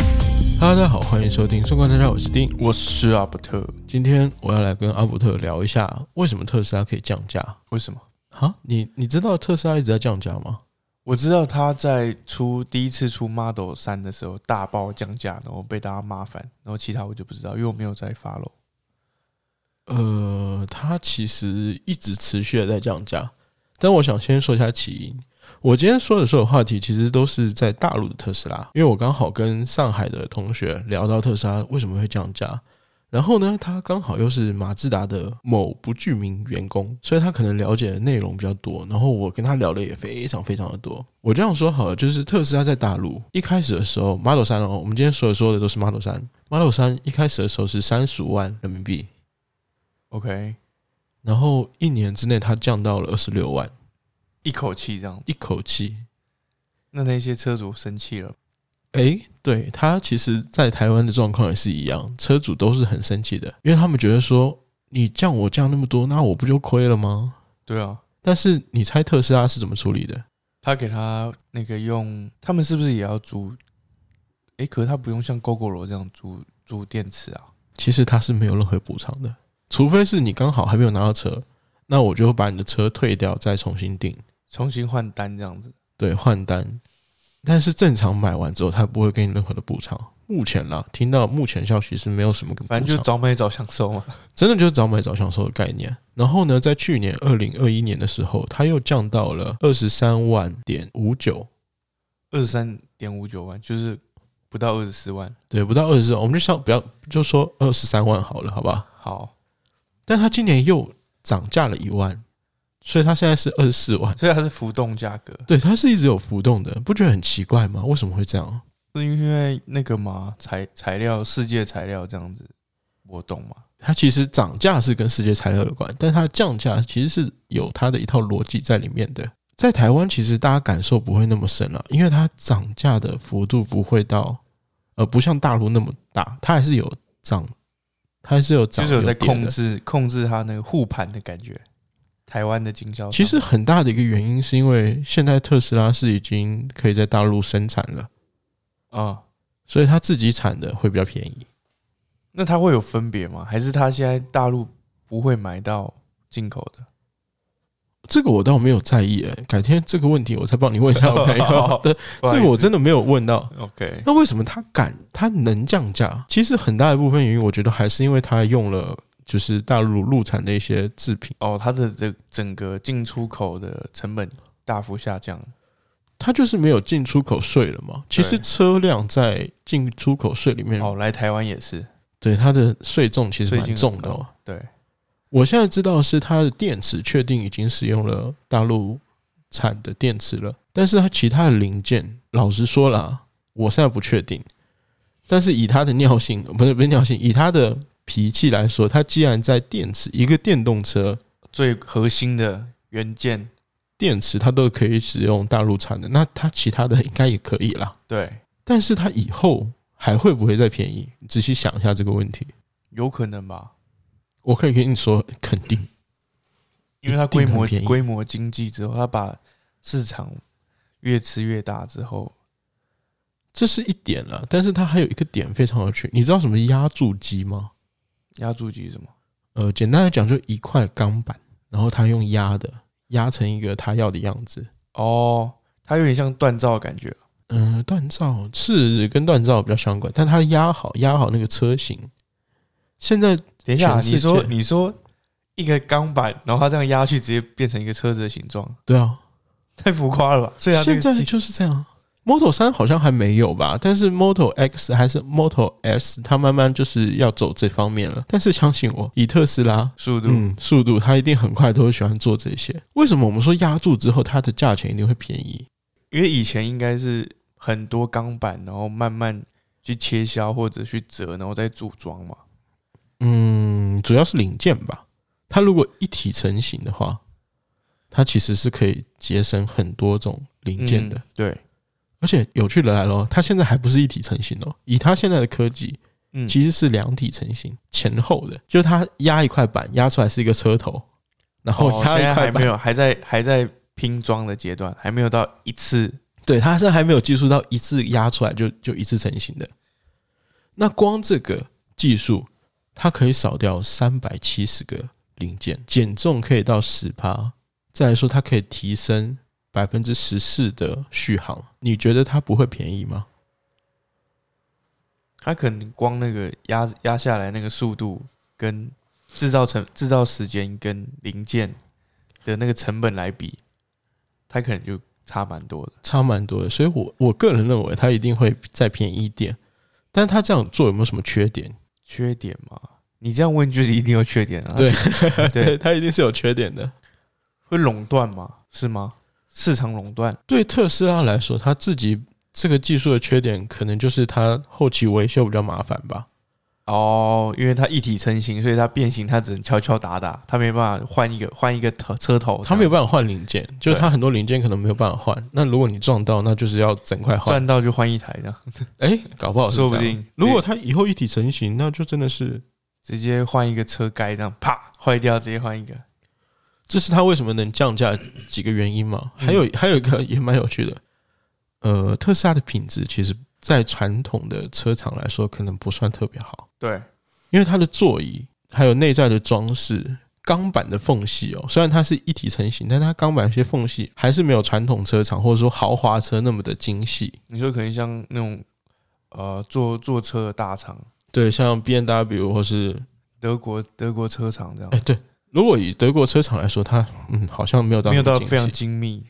哈喽，大家好，欢迎收听《送观大家》，我是丁。我是阿伯特，今天我要来跟阿伯特聊一下，为什么特斯拉可以降价？为什么？哈，你你知道特斯拉一直在降价吗？我知道他在出第一次出 Model 三的时候大爆降价，然后被大家骂翻，然后其他我就不知道，因为我没有在 follow。呃，它其实一直持续的在降价，但我想先说一下起因。我今天说的所有话题，其实都是在大陆的特斯拉，因为我刚好跟上海的同学聊到特斯拉为什么会降价，然后呢，他刚好又是马自达的某不具名员工，所以他可能了解的内容比较多，然后我跟他聊的也非常非常的多。我这样说好了，就是特斯拉在大陆一开始的时候，Model 三哦，我们今天所有说的都是 Model 三，Model 三一开始的时候是三十五万人民币， OK，然后一年之内它降到了二十六万，一口气这样，一口气。那那些车主生气了，诶，对，它其实，在台湾的状况也是一样，车主都是很生气的，因为他们觉得说，你降我降那么多，那我不就亏了吗？对啊，但是你猜特斯拉是怎么处理的？他给他那个用，他们是不是也要租？诶，可是他不用像 GoGoRo 这样租租电池啊。其实它是没有任何补偿的，除非是你刚好还没有拿到车，那我就把你的车退掉，再重新订，重新换单这样子，对，换单。但是正常买完之后，他不会给你任何的补偿。目前啦，听到目前消息是没有什么补偿，反正就早买早享受嘛。 真的就是早买早享受的概念。然后呢，在去年二零二一年的时候，它又降到了二十三万点五九，二十三点五九万，就是不到二十四万。对，不到二十四，我们就像不要就说二十三万好了，好吧？好，但它今年又涨价了一万，所以它现在是二十四万。所以它是浮动价格。对，它是一直有浮动的，不觉得很奇怪吗？为什么会这样？是因为那个嘛，材材料世界材料这样子波动嘛。它其实涨价是跟世界材料有关，但它降价其实是有它的一套逻辑在里面的。在台湾，其实大家感受不会那么深了、因为它涨价的幅度不会到，呃，不像大陆那么大，它还是有涨，它还是有涨，就是有在跌的控制控制它那个护盘的感觉。台湾的经销商其实很大的一个原因是因为现在特斯拉是已经可以在大陆生产了，啊、所以它自己产的会比较便宜。那它会有分别吗？还是它现在大陆不会买到进口的？这个我倒没有在意、欸，改天这个问题我再帮你问一下我朋友 好。对，不好这意个思我真的没有问到。 OK 那为什么它敢，它能降价？其实很大一部分原因，我觉得还是因为它用了就是大陆陆产的一些制品，哦，它的这整个进出口的成本大幅下降。它就是没有进出口税了嘛。其实对车辆在进出口税里面，哦，来台湾也是对它的税重其实税蛮金重很的、哦。对，我现在知道是它的电池确定已经使用了大陆产的电池了，但是它其他的零件，老实说啦，我现在不确定。但是以它的尿性，不是不是尿性，以它的脾气来说，它既然在电池一个电动车最核心的元件，电池它都可以使用大陆产的，那它其他的应该也可以啦。对，但是它以后还会不会再便宜？你仔细想一下这个问题，有可能吧？我可以跟你说，肯定因为它规模一定很便宜规模经济之后，它把市场越吃越大之后，这是一点啦，但是它还有一个点非常有趣，你知道什么压铸机吗？压铸机是什么？呃，简单来讲，就一块钢板，然后它用压的，压成一个它要的样子。哦，它有点像锻造的感觉。嗯、锻造是跟锻造比较相关，但它压好压好那个车型。现在等一下，全啊世界你说你说一个钢板，然后它这样压去，直接变成一个车子的形状， 对啊，太浮夸了吧？所以它这现啊个在技就是这样。Model 三好像还没有吧，但是 Model X 还是 Model S，它慢慢就是要走这方面了。但是相信我，以特斯拉速度、嗯，速度，它一定很快都会喜欢做这些。为什么我们说压住之后，它的价钱一定会便宜？因为以前应该是很多钢板，然后慢慢去切削或者去折，然后再组装嘛。嗯，主要是零件吧。它如果一体成型的话，它其实是可以节省很多种零件的。嗯对，而且有趣的来了，哦它现在还不是一体成型哦，以它现在的科技，嗯，其实是两体成型，前后的，就是它压一块板，压出来是一个车头，然后哦，压现一块在还没板，有，还在还在拼装的阶段，还没有到一次对，它是还没有技术到一次压出来就就一次成型的。那光这个技术，它可以少掉三百七十个零件，减重可以到十趴。再来说，它可以提升百分之十四的续航。你觉得它不会便宜吗？它可能光那个压压下来那个速度跟制造成制造时间跟零件的那个成本来比，它可能就差蛮多的。差蛮多的，所以我我个人认为它一定会再便宜一点。但它这样做有没有什么缺点？缺点嘛，你这样问就是一定有缺点啊。对 对，它一定是有缺点的。会垄断嘛？是吗？市场垄断，对特斯拉来说，它自己这个技术的缺点，可能就是它后期维修比较麻烦吧。哦，因为它一体成型，所以它变形，它只能敲敲打打，它没办法换一个换一个头车头，它没有办法换零件，就是它很多零件可能没有办法换。那如果你撞到，那就是要整块换。赚到就换一台这样，哎、搞不好是说不这样定如果它以后一体成型，那就真的是，直接换一个车盖这样，啪坏掉，直接换一个。这是它为什么能降价几个原因嘛？还有还有一个也蛮有趣的，呃，特斯拉的品质其实，在传统的车厂来说，可能不算特别好。对，因为它的座椅还有内在的装饰，钢板的缝隙哦，虽然它是一体成型，但它钢板有些缝隙还是没有传统车厂或者说豪华车那么的精细。你说可能像那种呃做做车的大厂，对，像 B N W 或是德国德国车厂这样哎、，对，如果以德国车厂来说，它嗯好像没有到没有到那么非常精细精密，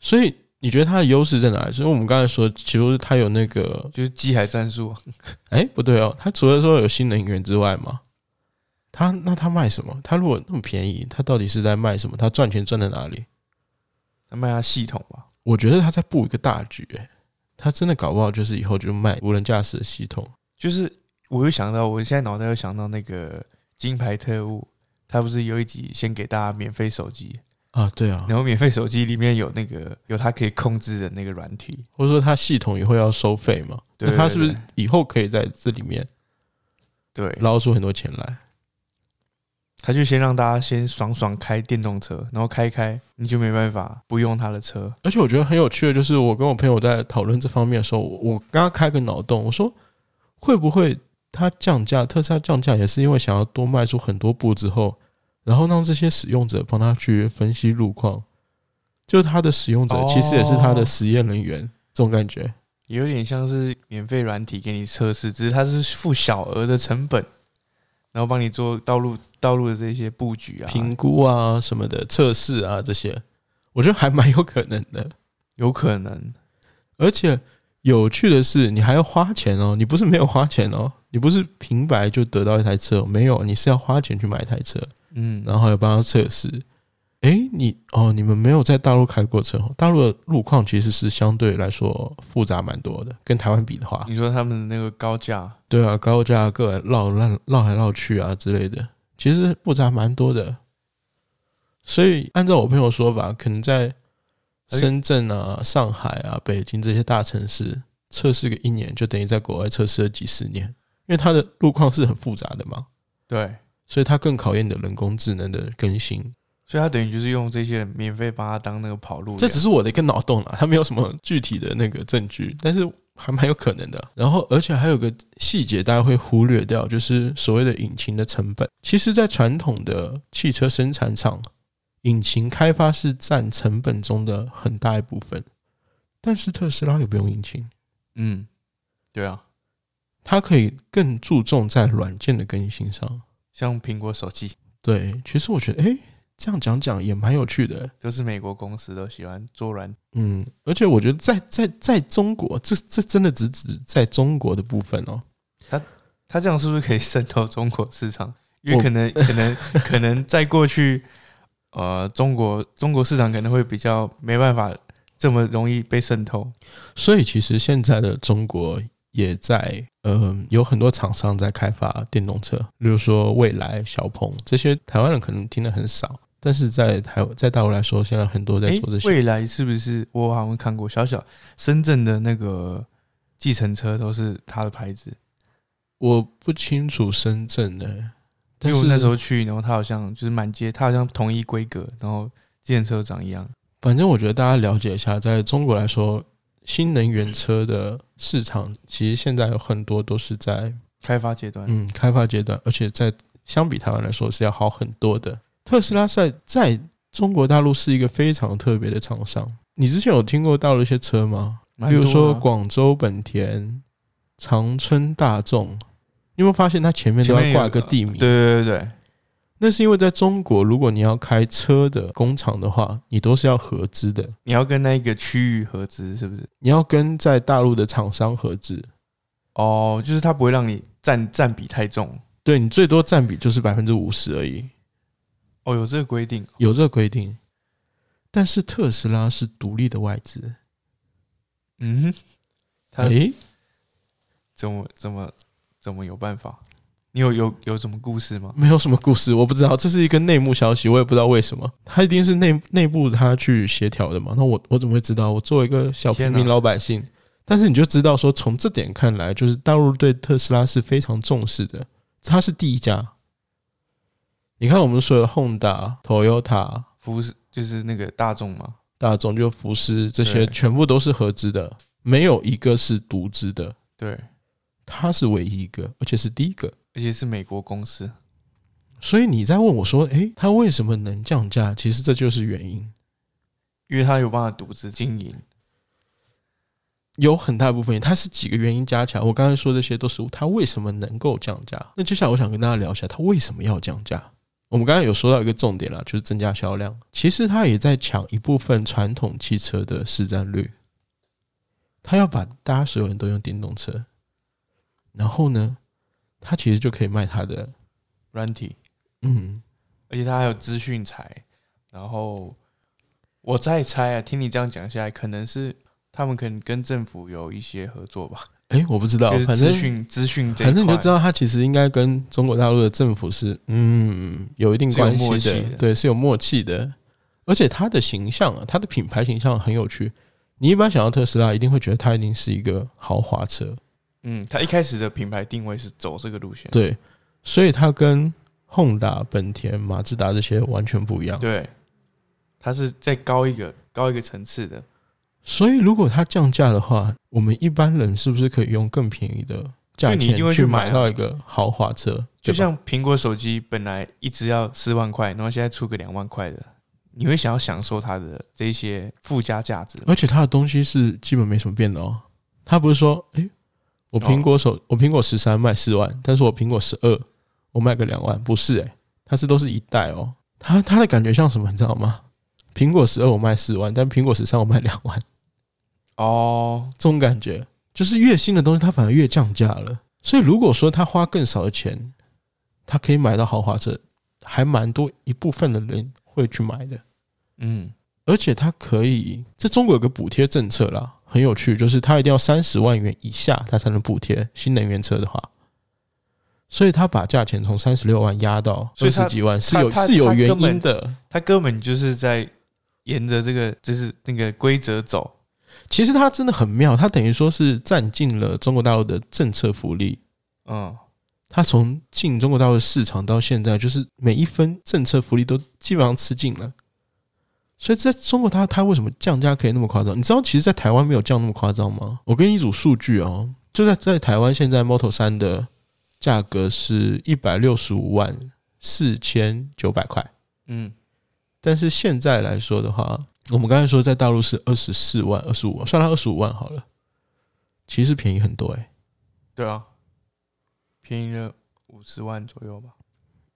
所以你觉得它的优势在哪里？所以我们刚才说，其实它有那个就是机海战术啊。哎、不对哦，它除了说有新能源之外嘛。它那它卖什么？它如果那么便宜，它到底是在卖什么？它赚钱赚在哪里？他卖他系统吧，我觉得他在布一个大局、欸，他真的搞不好就是以后就卖无人驾驶的系统。就是我又想到，我现在脑袋又想到那个《金牌特务》，他不是有一集先给大家免费手机，啊，对啊，然后免费手机里面有那个有它可以控制的那个软体，或者说他系统以后要收费嘛？对那他是不是对对以后可以在这里面对，捞出很多钱来？他就先让大家先爽爽开电动车，然后开一开你就没办法不用他的车，而且我觉得很有趣的就是，我跟我朋友在讨论这方面的时候，我我刚刚开个脑洞，我说会不会它降价，特斯拉降价也是因为想要多卖出很多部之后，然后让这些使用者帮他去分析路况，就是他的使用者哦其实也是他的实验人员，这种感觉。有点像是免费软体给你测试，只是它是付小额的成本，然后帮你做道路道路的这些布局啊，评估啊什么的测试啊这些，我觉得还蛮有可能的。有可能而且有趣的是，你还要花钱哦，你不是没有花钱哦，你不是平白就得到一台车哦，没有，你是要花钱去买一台车，嗯，然后要帮他测试。诶，你哦，你们没有在大陆开过车哦，大陆的路况其实是相对来说复杂蛮多的，跟台湾比的话，你说他们那个高价，对啊，高架各绕来绕来绕去啊之类的，其实复杂蛮多的。所以按照我朋友说法，可能在深圳啊、上海啊、北京这些大城市测试个一年，就等于在国外测试了几十年，因为它的路况是很复杂的嘛，对，所以它更考验你的人工智能的更新。所以他等于就是用这些人免费帮他当那个跑路这的，只是我的一个脑洞啦，它没有什么具体的那个证据，但是还蛮有可能的。然后，而且还有个细节大家会忽略掉，就是所谓的引擎的成本。其实，在传统的汽车生产厂，引擎开发是占成本中的很大一部分。但是特斯拉也不用引擎，嗯，对啊，它可以更注重在软件的更新上。像苹果手机对，其实我觉得，诶，这样讲讲也蛮有趣的、都是美国公司都喜欢做软，嗯，而且我觉得在在在中国，这这真的只指在中国的部分哦。他这样是不是可以渗透中国市 场？因为我可能可能 可能在过去，呃，中国中国市场可能会比较没办法这么容易被渗透，所以其实现在的中国也在，呃，有很多厂商在开发电动车，比如说蔚来、小鹏这些，台湾人可能听的很少，但是在台在大陆来说，现在很多在诶做这些。未来是不是我好像看过小小深圳的那个计程车都是他的牌子？我不清楚深圳的、因但为是我那时候去，然后他好像就是满街，他好像统一规格，然后计程车长一样。反正我觉得大家了解一下，在中国来说，新能源车的市场，其实现在有很多都是在开发阶段，嗯开发阶段，而且在相比台湾来说是要好很多的。特斯拉在在中国大陆是一个非常特别的厂商。你之前有听过大陆一些车吗？蛮比多如的啊说广州本田、长春大众，你有没有发现它前面都前面要有挂个地名？对对对对，那是因为在中国，如果你要开车的工厂的话，你都是要合资的，你要跟那一个区域合资是不是？你要跟在大陆的厂商合资。哦，就是它不会让你占占比太重。对你最多占比就是百分之五十而已，哦，有这个规定有这个规定。但是特斯拉是独立的外资，嗯，哼，它诶、怎么怎么怎么有办法？你有有有什么故事吗？没有什么故事，我不知道，这是一个内幕消息，我也不知道为什么，他一定是内内部他去协调的嘛。那我我怎么会知道？我作为一个小平天民哪老百姓，但是你就知道说，从这点看来，就是大陆对特斯拉是非常重视的，它是第一家。你看我们所有的 Honda、Toyota、服务是就是那个大众嘛，大众就福斯这些，对全部都是合资的，没有一个是独资的，对，它是唯一一个，而且是第一个。而且是美国公司。所以你在问我说，诶，它为什么能降价？其实这就是原因。因为他有办法独资经营，有很大部分，它是几个原因加起来。我刚才说这些都是它为什么能够降价。那接下来我想跟大家聊一下，它为什么要降价。我们刚刚有说到一个重点啦，就是增加销量。其实它也在抢一部分传统汽车的市占率，它要把大家所有人都用电动车，然后呢，它其实就可以卖它的软体，嗯而且他还有资讯财。然后我再猜啊，听你这样讲下来，可能是他们可能跟政府有一些合作吧，诶，我不知道，就是反资正讯资讯这一反正你就块知道，它其实应该跟中国大陆的政府是嗯有一定关系的是有默契的，对，是有默契的。而且它的形象啊，它的品牌形象很有趣。你一般想到特斯拉，一定会觉得它一定是一个豪华车，嗯，他一开始的品牌定位是走这个路线，对，所以它跟 Honda、本田、马自达这些完全不一样。对，他是再高一个高一个层次的，所以如果它降价的话，我们一般人是不是可以用更便宜的价就你一定钱会去去买啊买到一个豪华车？对就吧像苹果手机本来一直要四万块，然后现在出个两万块的，你会想要享受它的这一些附加价值吗，而且它的东西是基本没什么变的哦。它不是说，诶，我苹果手，我苹果十三卖四万，但是我苹果十二我卖个两万，不是诶、它是都是一代哦。它它的感觉像什么，你知道吗？苹果十二我卖四万，但苹果十三我卖两万，哦，这种感觉就是越新的东西它反而越降价了。所以如果说他花更少的钱，他可以买到豪华车，还蛮多一部分的人会去买的。嗯，而且它可以，这中国有个补贴政策啦，很有趣，就是它一定要三十万元以下，它才能补贴新能源车的话。所以它把价钱从三十六万压到所二以它十几万，是有它它是有它原根本因的。他根本就是在沿着这个就是那个规则走，其实它真的很妙，它等于说是占尽了中国大陆的政策福利。嗯，它从进中国大陆的市场到现在，就是每一分政策福利都基本上吃尽了。所以在中国它它为什么降价可以那么夸张？你知道，其实，在台湾没有降那么夸张吗？我给你一组数据哦，就在在台湾现在 Moto 三的价格是一百六十五万四千九百块，嗯，但是现在来说的话，我们刚才说在大陆是二十四万、二十五，算它二十五万好了，其实便宜很多诶、欸对啊，便宜了五十万左右吧，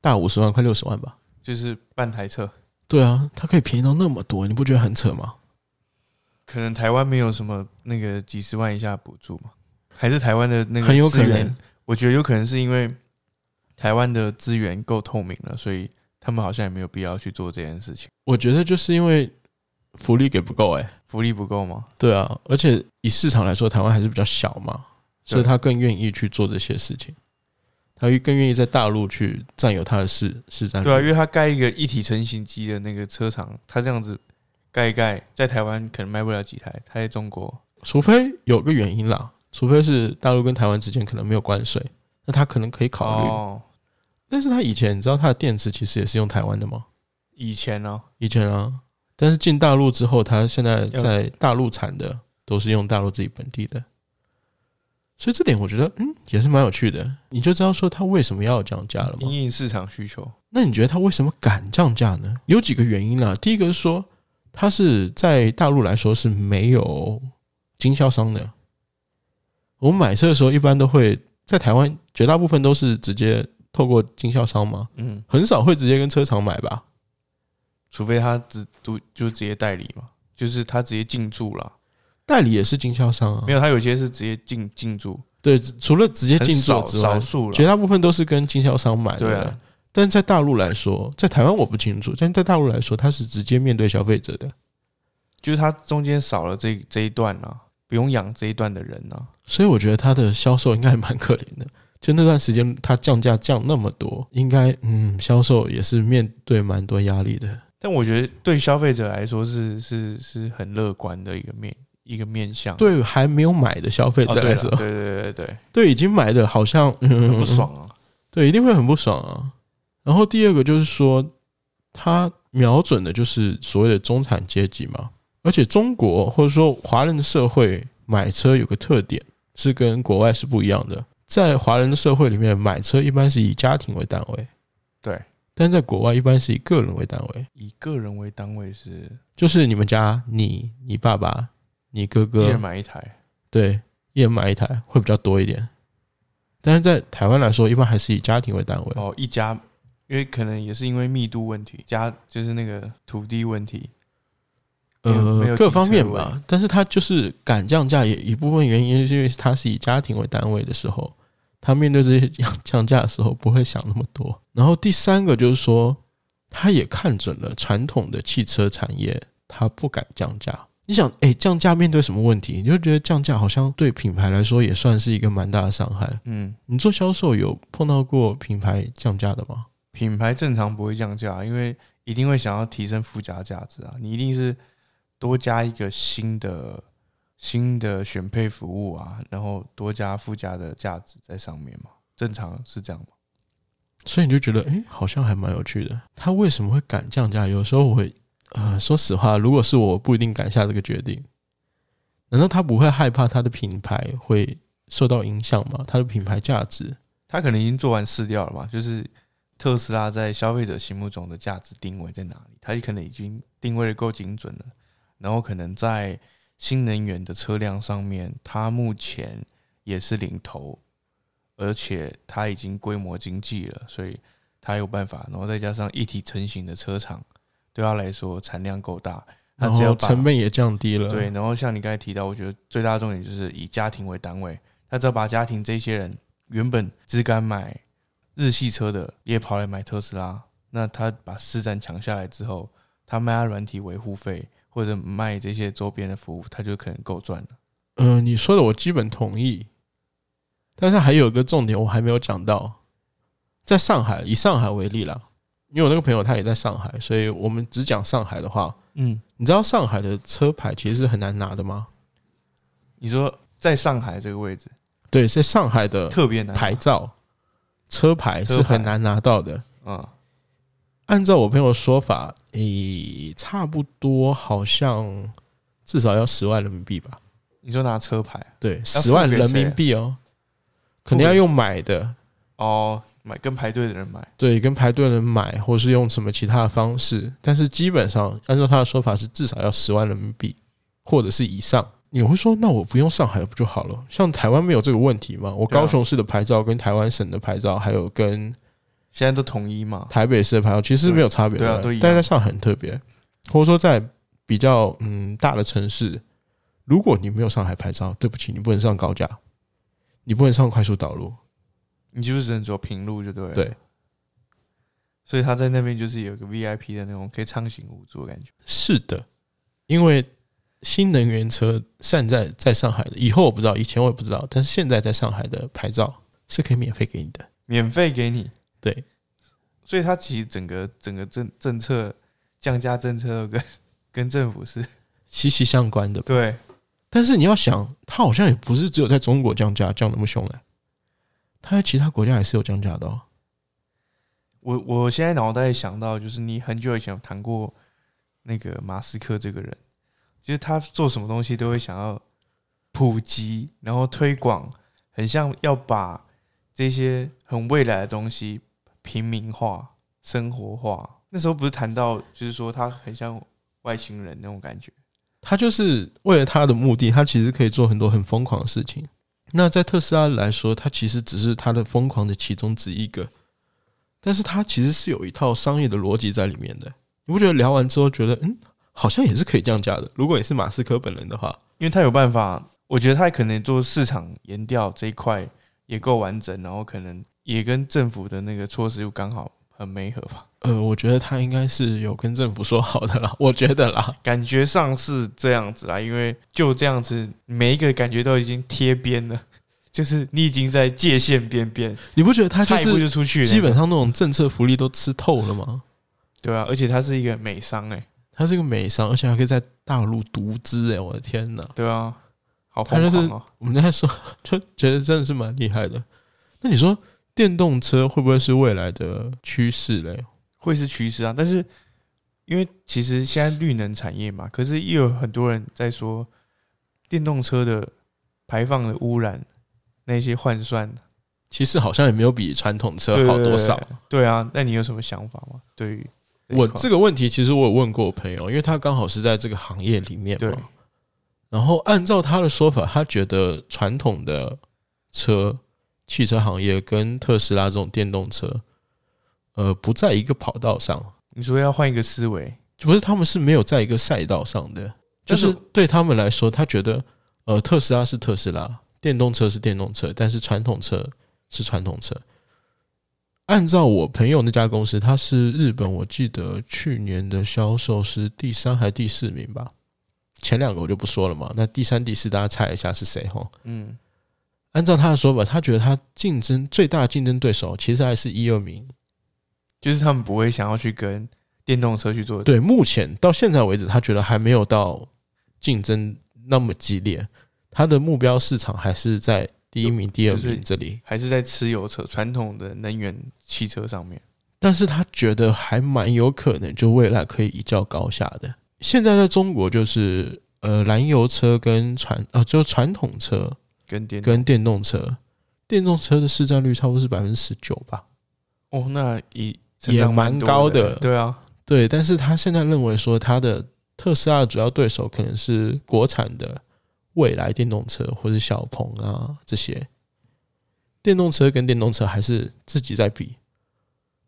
大五十万快六十万吧。就是半台车，对啊，它可以便宜到那么多，你不觉得很扯吗？可能台湾没有什么那个几十万以下补助嘛，还是台湾的那个很有资可源能，我觉得有可能是因为台湾的资源够透明了，所以他们好像也没有必要去做这件事情。我觉得就是因为福利给不够，哎，福利不够吗？对啊，而且以市场来说，台湾还是比较小嘛，对所以他更愿意去做这些事情，他更愿意在大陆去占有他的市市占率。对啊，因为他盖一个一体成型机的那个车厂，他这样子盖一盖，在台湾可能卖不了几台，他在中国，除非有个原因啦，除非是大陆跟台湾之间可能没有关税，那他可能可以考虑。哦、但是他以前你知道他的电池其实也是用台湾的吗？以前呢、哦以前啊，但是进大陆之后，他现在要在大陆产的都是用大陆自己本地的。所以这点我觉得，嗯，也是蛮有趣的。你就知道说他为什么要降价了嘛？嗯因应市场需求，那你觉得他为什么敢降价呢？有几个原因啦、第一个是说，它是在大陆来说是没有经销商的。我们买车的时候，一般都会在台湾，绝大部分都是直接透过经销商嘛，嗯，很少会直接跟车厂买吧？除非他直都就直接代理嘛，就是他直接进驻了，代理也是经销商啊没，有他有些是直接进进驻，对，除了直接很进驻少之外少，数绝了，大部分都是跟经销商买的。对不啊，但在大陆来说，在台湾我不清楚，但在大陆来说，它是直接面对消费者的，就是他中间少了这这一段啊，不用养这一段的人啊，所以我觉得它的销售应该还蛮可怜的。就那段时间，它降价降那么多，应该嗯，销售也是面对蛮多压力的。但我觉得对消费者来说是是是很乐观的一个面一个面向，对还没有买的消费哦，者对来了说，对对对对对已经买的，好像对，啊嗯很不爽啊，对，一定会很不爽啊。然后第二个就是说，它瞄准的就是所谓的中产阶级嘛。而且中国或者说华人的社会买车有个特点是跟国外是不一样的，在华人的社会里面，买车一般是以家庭为单位，对，但在国外一般是以个人为单位，以个人为单位是就是你们家你、你爸爸、你哥一人哥，买一台，对，一人买一台会比较多一点。但是在台湾来说，一般还是以家庭为单位。哦，一家，因为可能也是因为密度问题，加就是那个土地问题，没有没呃，有各停方车面位吧，但是它就是敢降价，也一部分原因是因为它是以家庭为单位的时候，他面对这些降 降价的时候不会想那么多。然后第三个就是说，他也看准了传统的汽车产业，他不敢降价。你想，哎、降价面对什么问题？你就觉得降价好像对品牌来说也算是一个蛮大的伤害。嗯，你做销售有碰到过品牌降价的吗？品牌正常不会降价，啊因为一定会想要提升附加价值啊，你一定是多加一个新的新的选配服务啊，然后多加附加的价值在上面嘛，正常是这样嘛，所以你就觉得，哎、好像还蛮有趣的。他为什么会敢降价？有时候我会，呃，说实话，如果是我，我不一定敢下这个决定。难道他不会害怕他的品牌会受到影响吗？他的品牌价值？他可能已经做完试调了嘛，就是。特斯拉在消费者心目中的价值定位在哪里？它可能已经定位的够精准了，然后可能在新能源的车辆上面，它目前也是领头，而且它已经规模经济了，所以它有办法。然后再加上一体成型的车厂，对它来说产量够大，它然只要后把成本也降低了。对，，啊然后像你刚才提到，我觉得最大的重点就是以家庭为单位，他只要把家庭这些人原本只敢买日系车的，也跑来买特斯拉，那他把市占抢下来之后，他卖他软体维护费或者卖这些周边的服务，他就可能够赚了。呃，你说的我基本同意，但是还有一个重点我还没有讲到，在上海，以上海为例啦，因为我那个朋友他也在上海，所以我们只讲上海的话，嗯，你知道上海的车牌其实是很难拿的吗？你说在上海这个位置对，在上海的特别难牌照、车牌是很难拿到的。嗯，按照我朋友说法，诶、差不多好像至少要十万人民币吧？你说拿车牌嗯对，要付十给万人民币哦，肯定要用买的，哦，买跟排队的人买，对，跟排队的人买，或是用什么其他的方式。但是基本上，按照他的说法是至少要十万人民币，或者是以上。你会说，那我不用上海不就好了？像台湾没有这个问题吗？我对啊高雄市的牌照、跟台湾省的牌照，还有跟现在都统一嘛？台北市的牌照其实没有差别的，对对啊都一样但是在上海很特别，或者说在比较嗯大的城市，如果你没有上海牌照，对不起，你不能上高架，你不能上快速道路，你就是只能走平路就对了。对，所以他在那边就是有个 VIP 的那种可以畅行无阻的感觉。是的，因为新能源车现在在上海的，以后我不知道，以前我也不知道，但是现在在上海的牌照是可以免费给你的，免费给你。对，所以它其实整个整个政政策降价政策都跟跟政府是息息相关的。对但是你要想，它好像也不是只有在中国降价降那么凶嘞、它在其他国家也是有降价的、哦。我我现在脑袋想到就是你很久以前有谈过那个马斯克这个人，就是他做什么东西都会想要普及，然后推广，很像要把这些很未来的东西平民化、生活化。那时候不是谈到，就是说他很像外星人那种感觉。他就是为了他的目的，他其实可以做很多很疯狂的事情。那在特斯拉来说，它其实只是他的疯狂的其中之一个，但是它其实是有一套商业的逻辑在里面的。你不觉得聊完之后觉得，嗯，好像也是可以这样加的？如果也是马斯克本人的话，因为他有办法，我觉得他可能做市场研调这一块也够完整，然后可能也跟政府的那个措施又刚好很没合吧。呃，我觉得他应该是有跟政府说好的啦，我觉得啦。感觉上是这样子啦，啊因为就这样子，每一个感觉都已经贴边了， 就是你已经在界限边边，你不觉得他就差一步是就出去了，基本上那种政策福利都吃透了吗？对啊，而且他是一个美商哎、他是个美商，而且还可以在大陆独资，哎，我的天哪！对啊，好他就疯是狂哦、我们在说，就觉得真的是蛮厉害的。那你说电动车会不会是未来的趋势嘞？会是趋势啊。但是因为其实现在绿能产业嘛，可是也有很多人在说电动车的排放的污染那些换算，其实好像也没有比传统车好多少。对啊，那你有什么想法吗？对于一我块这个问题其实我有问过我朋友，因为他刚好是在这个行业里面对嘛。然后按照他的说法，他觉得传统的车汽车行业跟特斯拉这种电动车，呃，不在一个跑道上，你说要换一个思维，不是他们是没有在一个赛道上的，就但是是对他们来说，他觉得呃特斯拉是特斯拉，电动车是电动车，但是传统车是传统车。按照我朋友那家公司，它是日本，我记得去年的销售是第三还第四名吧，前两个我就不说了嘛，那第三、第四大家猜一下是谁吼？嗯，按照他的说法，他觉得他竞争最大的竞争对手其实还是 E 一二名，就是他们不会想要去跟电动车去做，对，目前到现在为止，他觉得还没有到竞争那么激烈，他的目标市场还是在第一名、第二就是名这里。还是在吃油车传统的能源汽车上面。但是他觉得还蛮有可能，就未来可以一较高下的。现在在中国就是呃，燃油车跟传呃，就传统车跟电跟电动车，电动车的市占率差不多是百分之十九吧。哦，那以也蛮高的对啊，对，但是他现在认为说，他的特斯拉的主要对手可能是国产的未来电动车，或是小鹏啊这些。电动车跟电动车还是自己在比，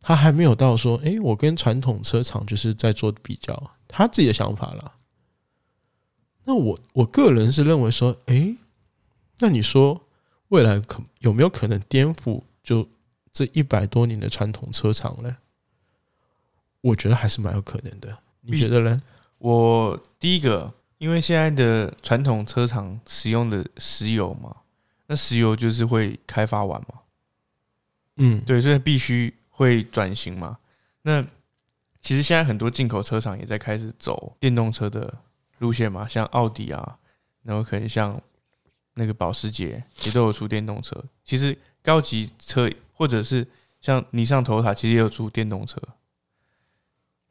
他还没有到说，诶，我跟传统车厂就是在做比较，他自己的想法啦。那我我个人是认为说，诶，那你说未来可有没有可能颠覆就这一百多年的传统车厂呢？我觉得还是蛮有可能的，你觉得呢？我第一个，因为现在的传统车厂使用的石油嘛，那石油就是会开发完嘛，嗯，对，所以必须会转型嘛。那其实现在很多进口车厂也在开始走电动车的路线嘛，像奥迪啊，然后可能像那个保时捷也都有出电动车。其实高级车或者是像尼桑、头塔，其实也有出电动车。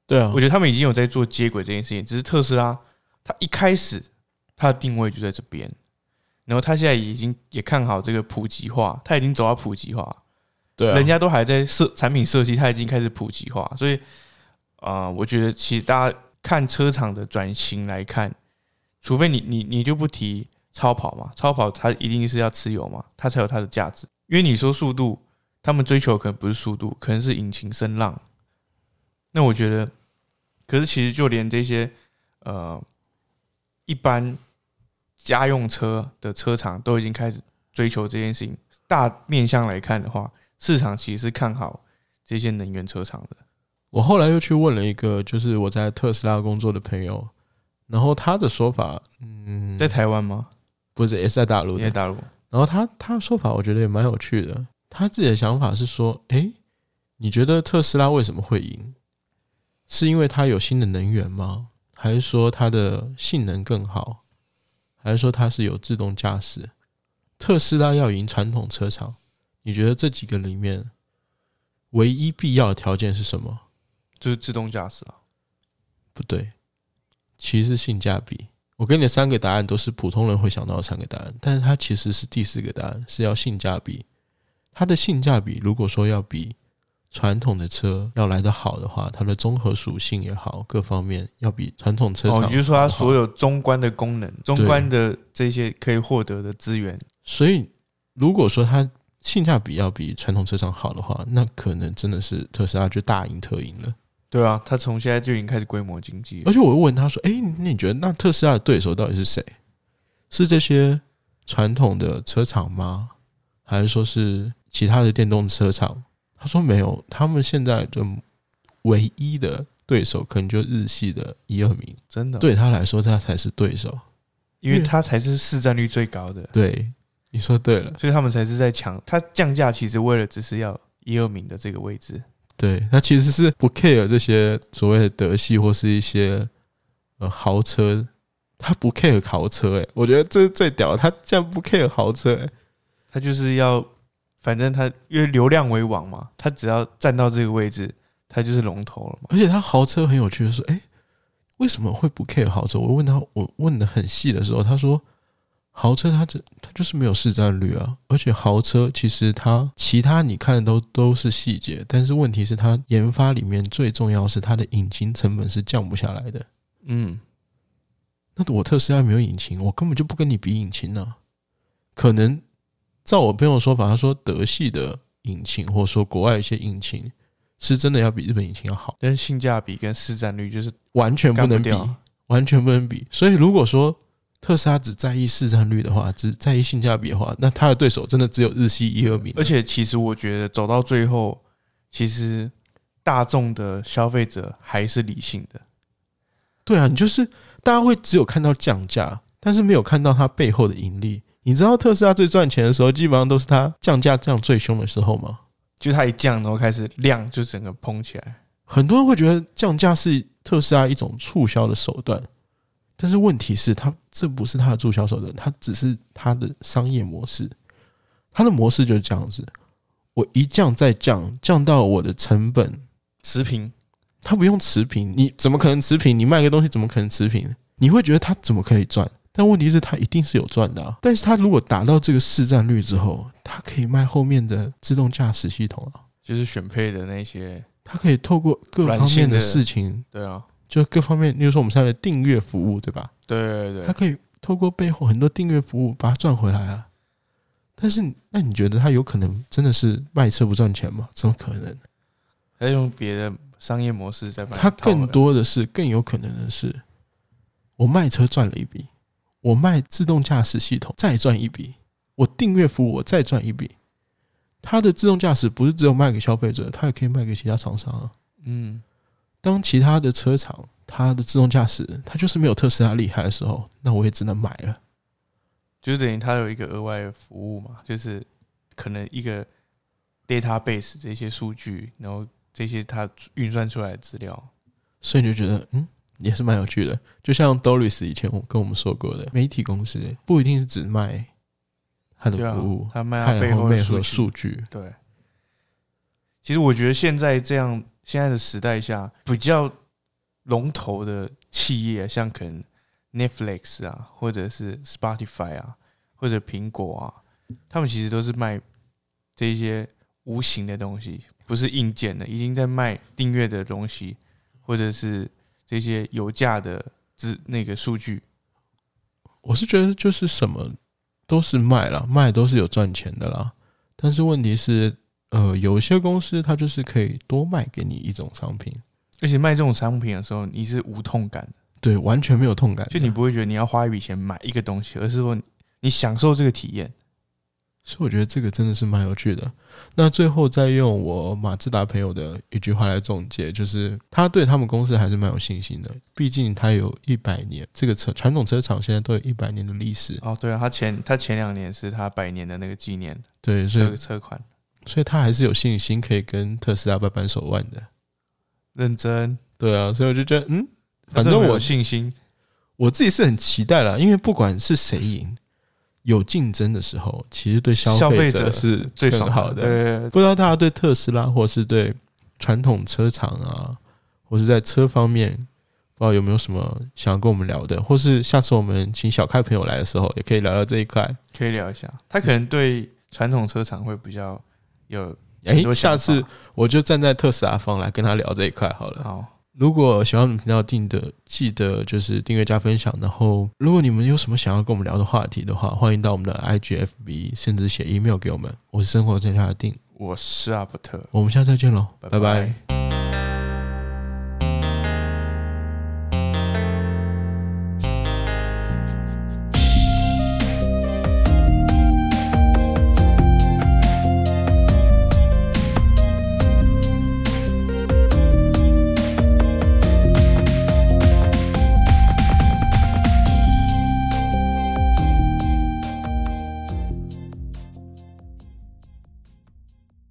对啊我，觉得他们已经有在做接轨这件事情，只是特斯拉它一开始它的定位就在这边，然后它现在已经也看好这个普及化，它已经走到普及化，对啊人家都还在设产品设计，它已经开始普及化，所以啊、呃我觉得其实大家看车厂的转型来看，除非你你你就不提超跑嘛，超跑它一定是要吃油嘛，它才有它的价值。因为你说速度，他们追求可能不是速度，可能是引擎声浪。那我觉得，可是其实就连这些呃一般家用车的车厂都已经开始追求这件事情。大面向来看的话，市场其实是看好这些能源车厂的。我后来又去问了一个，就是我在特斯拉工作的朋友，然后他的说法，嗯，在台湾吗？不是也是在大陆你的在，大陆？然后他他的说法，我觉得也蛮有趣的。他自己的想法是说，诶，你觉得特斯拉为什么会赢？是因为它有新的能源吗？还是说它的性能更好？还是说它是有自动驾驶？特斯拉要赢传统车厂，你觉得这几个里面，唯一必要的条件是什么？就是自动驾驶啊。不对，其实是性价比。我给你的三个答案都是普通人会想到的三个答案，但是它其实是第四个答案，是要性价比。它的性价比如果说要比传统的车要来得好的话，它的综合属性也好，各方面要比传统车厂哦，好。你就说它所有中观的功能、中对观的这些可以获得的资源，所以如果说它性价比要比传统车厂好的话，那可能真的是特斯拉就大赢特赢了。对啊，它从现在就已经开始规模经济了而。且我又问他说：“哎、那你觉得那特斯拉的对手到底是谁？是这些传统的车厂吗？还是说是其他的电动车厂？”他说：“没有，他们现在的唯一的对手可能就日系的一二名，真的，，对他来说，他才是对手。因为它才是市占率最高的，对，你说对了，所以他们才是在抢。它降价其实为了只是要一二名的这个位置，对他其实是不 care 这些所谓的德系或是一些呃豪车，他不 care 豪车、欸，我觉得这是最屌的，他竟然不 care 豪车、欸。”它就是要，反正它因为流量为王嘛，它只要站到这个位置，它就是龙头了嘛。而且他豪车很有趣，就是哎、诶为什么会不 care 豪车？我问他，我问的很细的时候，他说豪车它这它就是没有市占率啊，而且豪车其实它其他你看的都都是细节，但是问题是它研发里面最重要的是它的引擎成本是降不下来的。嗯，那我特斯拉没有引擎，我根本就不跟你比引擎啊。可能照我朋友说法，他说德系的引擎或者说国外一些引擎是真的要比日本引擎要好。但是性价比跟市占率就是完全不干不能比，掉完全不能比。所以如果说特斯拉只在意市占率的话，只在意性价比的话，那它的对手真的只有日系一二名。而且其实我觉得走到最后，其实大众的消费者还是理性的。对啊，你就是大家会只有看到降价，但是没有看到它背后的盈利。你知道特斯拉最赚钱的时候，基本上都是它降价降最凶的时候吗？就它一降，然后开始量就整个膨起来。很多人会觉得降价是特斯拉一种促销的手段，但是问题是，它这不是它的促销手段，它只是它的商业模式。它的模式就是这样子，我一降再降，降到我的成本，持平，它不用持平，你怎么可能持平？你卖个东西怎么可能持平？你会觉得它怎么可以赚？但问题是，它一定是有赚的、啊。但是它如果达到这个市占率之后，它可以卖后面的自动驾驶系统啊，就是选配的那些，它可以透过各软方性面的的事情对啊，就各方面，例如说我们现在的订阅服务，对吧？对对它对，可以透过背后很多订阅服务把它赚回来啊。但是你，那你觉得它有可能真的是卖车不赚钱吗？怎么可能？还用别的商业模式在卖。它更多的是，更有可能的是，我卖车赚了一笔，我卖自动驾驶系统再赚一笔，我订阅服务我再赚一笔。它的自动驾驶不是只有卖给消费者，它也可以卖给其他厂商啊。嗯，当其他的车厂它的自动驾驶它就是没有特斯拉厉害的时候，那我也只能买了。就是等于它有一个额外的服务嘛，就是可能一个 database 这些数据，然后这些它运算出来的资料，所以你就觉得嗯，也是蛮有趣的。就像 Doris 以前我跟我们说过的，媒体公司不一定是只卖它的对啊服务，，它卖它它也背会后配合的数据数据。对，其实我觉得现在这样现在的时代下，比较龙头的企业，像可能 Netflix 啊，或者是 Spotify 啊，或者苹果啊，他们其实都是卖这些无形的东西，不是硬件的，已经在卖订阅的东西，或者是这些有价的资那个数据。我是觉得就是什么都是卖啦，卖都是有赚钱的啦。但是问题是，呃，有一些公司它就是可以多卖给你一种商品，而且卖这种商品的时候，你是无痛感的对，完全没有痛感的。就你不会觉得你要花一笔钱买一个东西，而是说你你享受这个体验。所以我觉得这个真的是蛮有趣的。那最后再用我马自达朋友的一句话来总结，就是他对他们公司还是蛮有信心的，毕竟他有一百年这个车传统车厂现在都有一百年的历史，哦，对啊，他前他前两年是他百年的那个纪念对，所车以车款，所以他还是有信心可以跟特斯拉掰扳手腕的。认真，对啊，所以我就觉得，嗯，反正他真的我有信心。我自己是很期待啦，因为不管是谁赢，有竞争的时候，其实对消费费者者是最更爽好的。对对对不知道大家对特斯拉或是对传统车厂啊，或是在车方面，不知道有没有什么想要跟我们聊的，或是下次我们请小开朋友来的时候，也可以聊聊这一块。可以聊一下。他可能对传统车厂会比较有哎、很多下想法次我就站在特斯拉方来跟他聊这一块好了。好，如果喜欢我们频道，定的记得就是订阅加分享。然后，如果你们有什么想要跟我们聊的话题的话，欢迎到我们的 IGFB，甚至写 email 给我们。我是生活正下的定，我是阿伯特，我们下次再见喽，拜拜拜拜